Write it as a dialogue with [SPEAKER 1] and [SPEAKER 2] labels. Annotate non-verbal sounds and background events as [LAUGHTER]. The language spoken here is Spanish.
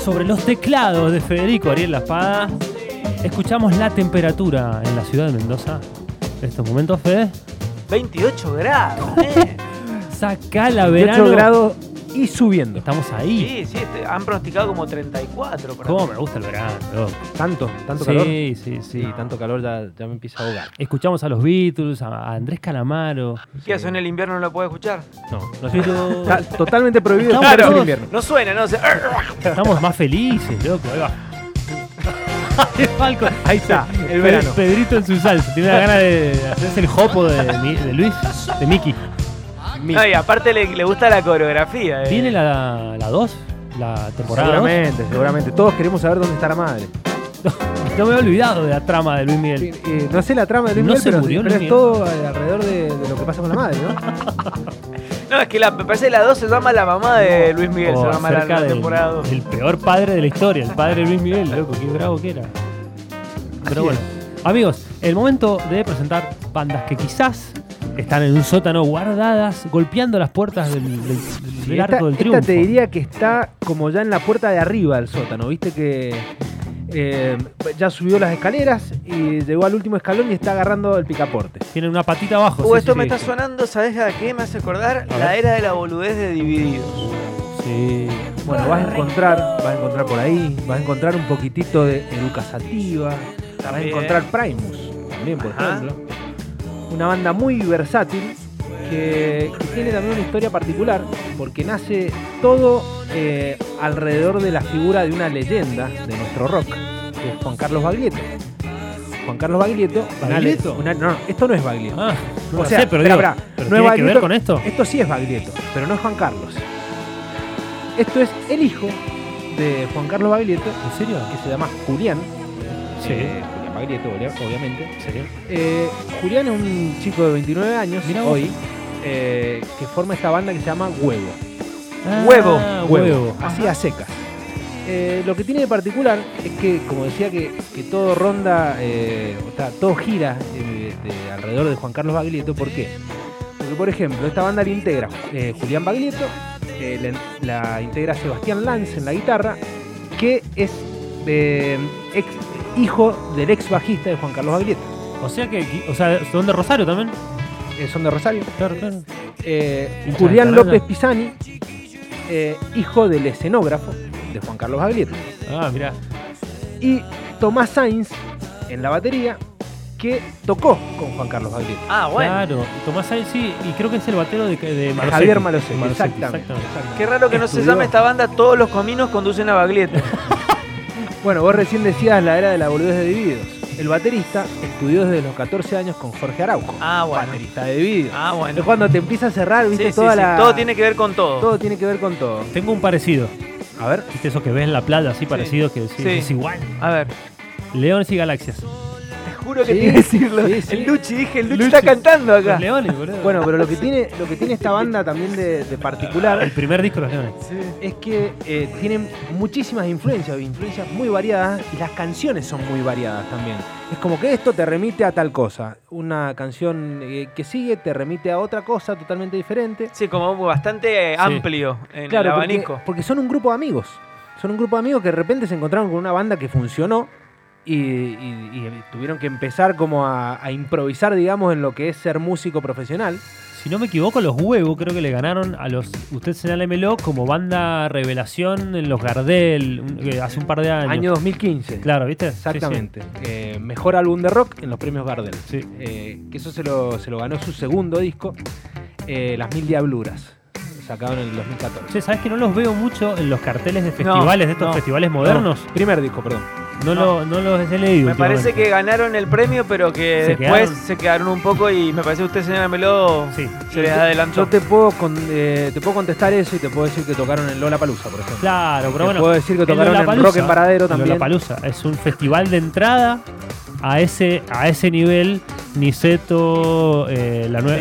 [SPEAKER 1] sobre los teclados de Federico Ariel La Espada. Escuchamos la temperatura en la ciudad de Mendoza. En estos momentos, Fede.
[SPEAKER 2] 28 grados, eh.
[SPEAKER 1] Saca la
[SPEAKER 3] 28
[SPEAKER 1] verano.
[SPEAKER 3] grados y subiendo.
[SPEAKER 1] Estamos ahí.
[SPEAKER 2] Sí, sí, te- han pronosticado como 34. por
[SPEAKER 1] ¿Cómo
[SPEAKER 2] acá.
[SPEAKER 1] me gusta el verano? loco.
[SPEAKER 3] Tanto, tanto
[SPEAKER 1] sí,
[SPEAKER 3] calor.
[SPEAKER 1] sí, sí.
[SPEAKER 3] Sí, tanto calor ya, ya me empieza a ahogar.
[SPEAKER 1] Escuchamos a los Beatles, a a Andrés Calamaro.
[SPEAKER 2] ¿Qué hace en el invierno no lo puede escuchar?
[SPEAKER 3] No, no sé.
[SPEAKER 1] Pero
[SPEAKER 3] Está totalmente prohibido
[SPEAKER 1] Claro.
[SPEAKER 3] escuchar eso en invierno.
[SPEAKER 2] No suena, no sé.
[SPEAKER 1] estamos más felices, loco. [LAUGHS] Ahí va. Falcon.
[SPEAKER 3] Ahí está, el
[SPEAKER 1] Pe-
[SPEAKER 3] verano.
[SPEAKER 1] Pedrito en su salsa. Tiene la gana de hacerse el jopo de, Mi- de Luis, de Mickey.
[SPEAKER 2] No, y aparte le, le gusta la coreografía. eh.
[SPEAKER 1] ¿Viene la 2? La, temporada 2.
[SPEAKER 3] Seguramente, seguramente. Todos queremos saber dónde está la madre.
[SPEAKER 1] No me he olvidado de la trama de Luis
[SPEAKER 3] Sí,
[SPEAKER 1] Miguel.
[SPEAKER 3] eh, no sé la trama de Luis
[SPEAKER 1] No
[SPEAKER 3] Miguel,
[SPEAKER 1] se
[SPEAKER 3] pero,
[SPEAKER 1] murió
[SPEAKER 3] pero
[SPEAKER 1] Luis
[SPEAKER 3] es todo eh, alrededor de, de lo que pasa con la madre, [LAUGHS] ¿no?
[SPEAKER 2] No, es que la, me parece que la 2 se llama la mamá de Luis Miguel,
[SPEAKER 1] O
[SPEAKER 2] se llama la,
[SPEAKER 1] acerca
[SPEAKER 2] la
[SPEAKER 1] oh, del-
[SPEAKER 2] temporada 2.
[SPEAKER 1] El peor padre de la historia, el padre de Luis Miguel, loco, qué bravo que era. Pero bueno, amigos, el momento de presentar bandas que quizás están en un sótano guardadas, golpeando las puertas del, del- del
[SPEAKER 3] Sí, esta,
[SPEAKER 1] arco del
[SPEAKER 3] esta
[SPEAKER 1] triunfo.
[SPEAKER 3] te diría que está como ya en la puerta de arriba del sótano, viste que eh, ya subió las escaleras y llegó al último escalón y está agarrando el picaporte.
[SPEAKER 1] Tienen una patita abajo.
[SPEAKER 2] Uh,
[SPEAKER 1] sí,
[SPEAKER 2] esto
[SPEAKER 1] sí,
[SPEAKER 2] me
[SPEAKER 1] sí.
[SPEAKER 2] está sonando, ¿sabes a qué me hace acordar?
[SPEAKER 1] A
[SPEAKER 2] La
[SPEAKER 1] ver.
[SPEAKER 2] era de la boludez de Divididos.
[SPEAKER 1] Sí.
[SPEAKER 3] Bueno, vas a encontrar, vas a encontrar por ahí, vas a encontrar un poquitito de Educa Sativa, vas a
[SPEAKER 2] También.
[SPEAKER 3] encontrar Primus, también por
[SPEAKER 2] Ajá.
[SPEAKER 3] ejemplo. Una banda muy versátil que, que tiene también una historia particular porque nace todo eh, alrededor de la figura de una leyenda de nuestro rock, que es Juan Carlos Baglietto. Juan Carlos Baglietto, una le-
[SPEAKER 1] ¿Baglietto?
[SPEAKER 3] una- no, no, esto no es Baglietto.
[SPEAKER 1] Ah, no
[SPEAKER 3] O
[SPEAKER 1] lo
[SPEAKER 3] sea,
[SPEAKER 1] sé, pero,
[SPEAKER 3] espera,
[SPEAKER 1] digo,
[SPEAKER 3] espera,
[SPEAKER 1] ¿pero
[SPEAKER 3] no
[SPEAKER 1] tiene
[SPEAKER 3] es
[SPEAKER 1] que ver
[SPEAKER 3] Baglietto-
[SPEAKER 1] con esto?
[SPEAKER 3] Esto sí es Baglietto, pero no es Juan Carlos. Esto es el hijo de Juan Carlos Baglietto,
[SPEAKER 1] ¿En serio?
[SPEAKER 3] que se llama Julián.
[SPEAKER 1] Sí.
[SPEAKER 3] Eh, Julián Baglietto, obvia- obviamente.
[SPEAKER 1] ¿En serio?
[SPEAKER 3] Eh, Julián es un chico de 29 años
[SPEAKER 1] Mirá vos.
[SPEAKER 3] hoy eh, que forma esta banda que se llama Huevo.
[SPEAKER 2] Huevo.
[SPEAKER 1] Ah, huevo.
[SPEAKER 3] Así a secas. Eh, lo que tiene de particular es que, como decía, que, que todo ronda, eh, o sea, todo gira eh, de- alrededor de Juan Carlos Baglietto. ¿Por qué? Porque, por ejemplo, esta banda la integra eh, Julián Baglietto, eh, la, la integra Sebastián Lanz en la guitarra, que es eh, ex- hijo del ex bajista de Juan Carlos Baglietto.
[SPEAKER 1] O sea que, o sea, son de Rosario también.
[SPEAKER 3] Eh, son de Rosario.
[SPEAKER 1] Claro, claro.
[SPEAKER 3] Eh,
[SPEAKER 1] Hincha
[SPEAKER 3] Julián
[SPEAKER 1] de Carrera.
[SPEAKER 3] López Pisani, eh, hijo del escenógrafo de Juan Carlos Baglietto.
[SPEAKER 1] Ah, mirá.
[SPEAKER 3] y Tomás Sainz en la batería que tocó con Juan Carlos Baglietto.
[SPEAKER 2] Ah, bueno.
[SPEAKER 1] Claro, Tomás Sáenz sí, y creo que es el batero de, de Malosetti.
[SPEAKER 3] Javier Malosetti,
[SPEAKER 1] De
[SPEAKER 3] exactamente,
[SPEAKER 2] Qué raro que no se
[SPEAKER 3] Estudió.
[SPEAKER 2] llame esta banda Todos los caminos conducen a Baglietto.
[SPEAKER 3] Bueno, vos recién decías la era de la boludez de Divididos. El baterista estudió desde los 14 años con Jorge Araujo,
[SPEAKER 2] Ah, bueno.
[SPEAKER 3] baterista de Divididos.
[SPEAKER 2] Ah,
[SPEAKER 3] Es
[SPEAKER 2] bueno.
[SPEAKER 3] cuando te empieza a cerrar,
[SPEAKER 2] Sí,
[SPEAKER 3] viste,
[SPEAKER 2] sí,
[SPEAKER 3] toda
[SPEAKER 2] sí,
[SPEAKER 3] la...
[SPEAKER 2] Todo tiene que ver con todo.
[SPEAKER 3] todo tiene que ver con todo.
[SPEAKER 1] Tengo un parecido.
[SPEAKER 3] A ver,
[SPEAKER 1] ¿Viste eso que ves en la playa así parecido que decís,
[SPEAKER 2] Sí.
[SPEAKER 1] es igual?
[SPEAKER 2] A ver,
[SPEAKER 1] Leones y galaxias.
[SPEAKER 2] te juro que
[SPEAKER 3] Sí,
[SPEAKER 2] tiene que decirlo.
[SPEAKER 3] sí, sí.
[SPEAKER 2] El Luchi, dije, el Luchi,
[SPEAKER 1] Luchi.
[SPEAKER 2] está cantando acá.
[SPEAKER 1] Los leones, boludo.
[SPEAKER 3] bueno, pero lo que tiene, lo que tiene esta banda también de, de particular
[SPEAKER 1] el primer disco de los leones.
[SPEAKER 3] es que eh, tienen muchísimas influencias, influencias muy variadas y las canciones son muy variadas también. Es como que esto te remite a tal cosa, una canción eh, que sigue te remite a otra cosa totalmente diferente.
[SPEAKER 2] Sí, como bastante eh,
[SPEAKER 1] Sí.
[SPEAKER 2] amplio en el
[SPEAKER 3] porque-
[SPEAKER 2] abanico.
[SPEAKER 3] Porque, son un grupo de amigos, son un grupo de amigos que de repente se encontraron con una banda que funcionó y, y- y tuvieron que empezar como a, a improvisar, digamos, en lo que es ser músico profesional.
[SPEAKER 1] Si no me equivoco, los huevos creo que le ganaron a los. Usted señálemelo como banda revelación en los Gardel un- que hace un par de años.
[SPEAKER 3] Año 2015.
[SPEAKER 1] Claro, ¿viste? Sí, sí.
[SPEAKER 3] Exactamente. Eh, mejor álbum de rock en los premios Gardel.
[SPEAKER 1] Sí.
[SPEAKER 3] Eh, que eso se lo, se lo ganó su segundo disco, eh, Las Mil Diabluras, sacado en el 2014.
[SPEAKER 1] Che, ¿sabes que no los veo mucho en los carteles de festivales, de estos
[SPEAKER 2] no,
[SPEAKER 1] festivales modernos?
[SPEAKER 3] No, primer disco, perdón.
[SPEAKER 1] No, lo- no los he leído.
[SPEAKER 2] Me parece que
[SPEAKER 1] últimamente.
[SPEAKER 2] ganaron el premio, pero que
[SPEAKER 1] Se
[SPEAKER 2] después
[SPEAKER 1] quedaron.
[SPEAKER 2] se quedaron un poco y me parece que usted, señora Melo,
[SPEAKER 1] Sí.
[SPEAKER 2] se les
[SPEAKER 3] Yo
[SPEAKER 2] adelantó.
[SPEAKER 3] te puedo, con- eh, te puedo contestar eso y te puedo decir que tocaron en Lola Palusa, por ejemplo.
[SPEAKER 1] Claro, pero
[SPEAKER 3] Te
[SPEAKER 1] bueno.
[SPEAKER 3] puedo decir que
[SPEAKER 1] El
[SPEAKER 3] tocaron en
[SPEAKER 1] Lollapalooza,
[SPEAKER 3] Rock en Paradero
[SPEAKER 1] el
[SPEAKER 3] también.
[SPEAKER 1] Lollapalooza es un festival de entrada a ese, a ese nivel. Niceto, eh, la nueva,
[SPEAKER 2] Sí,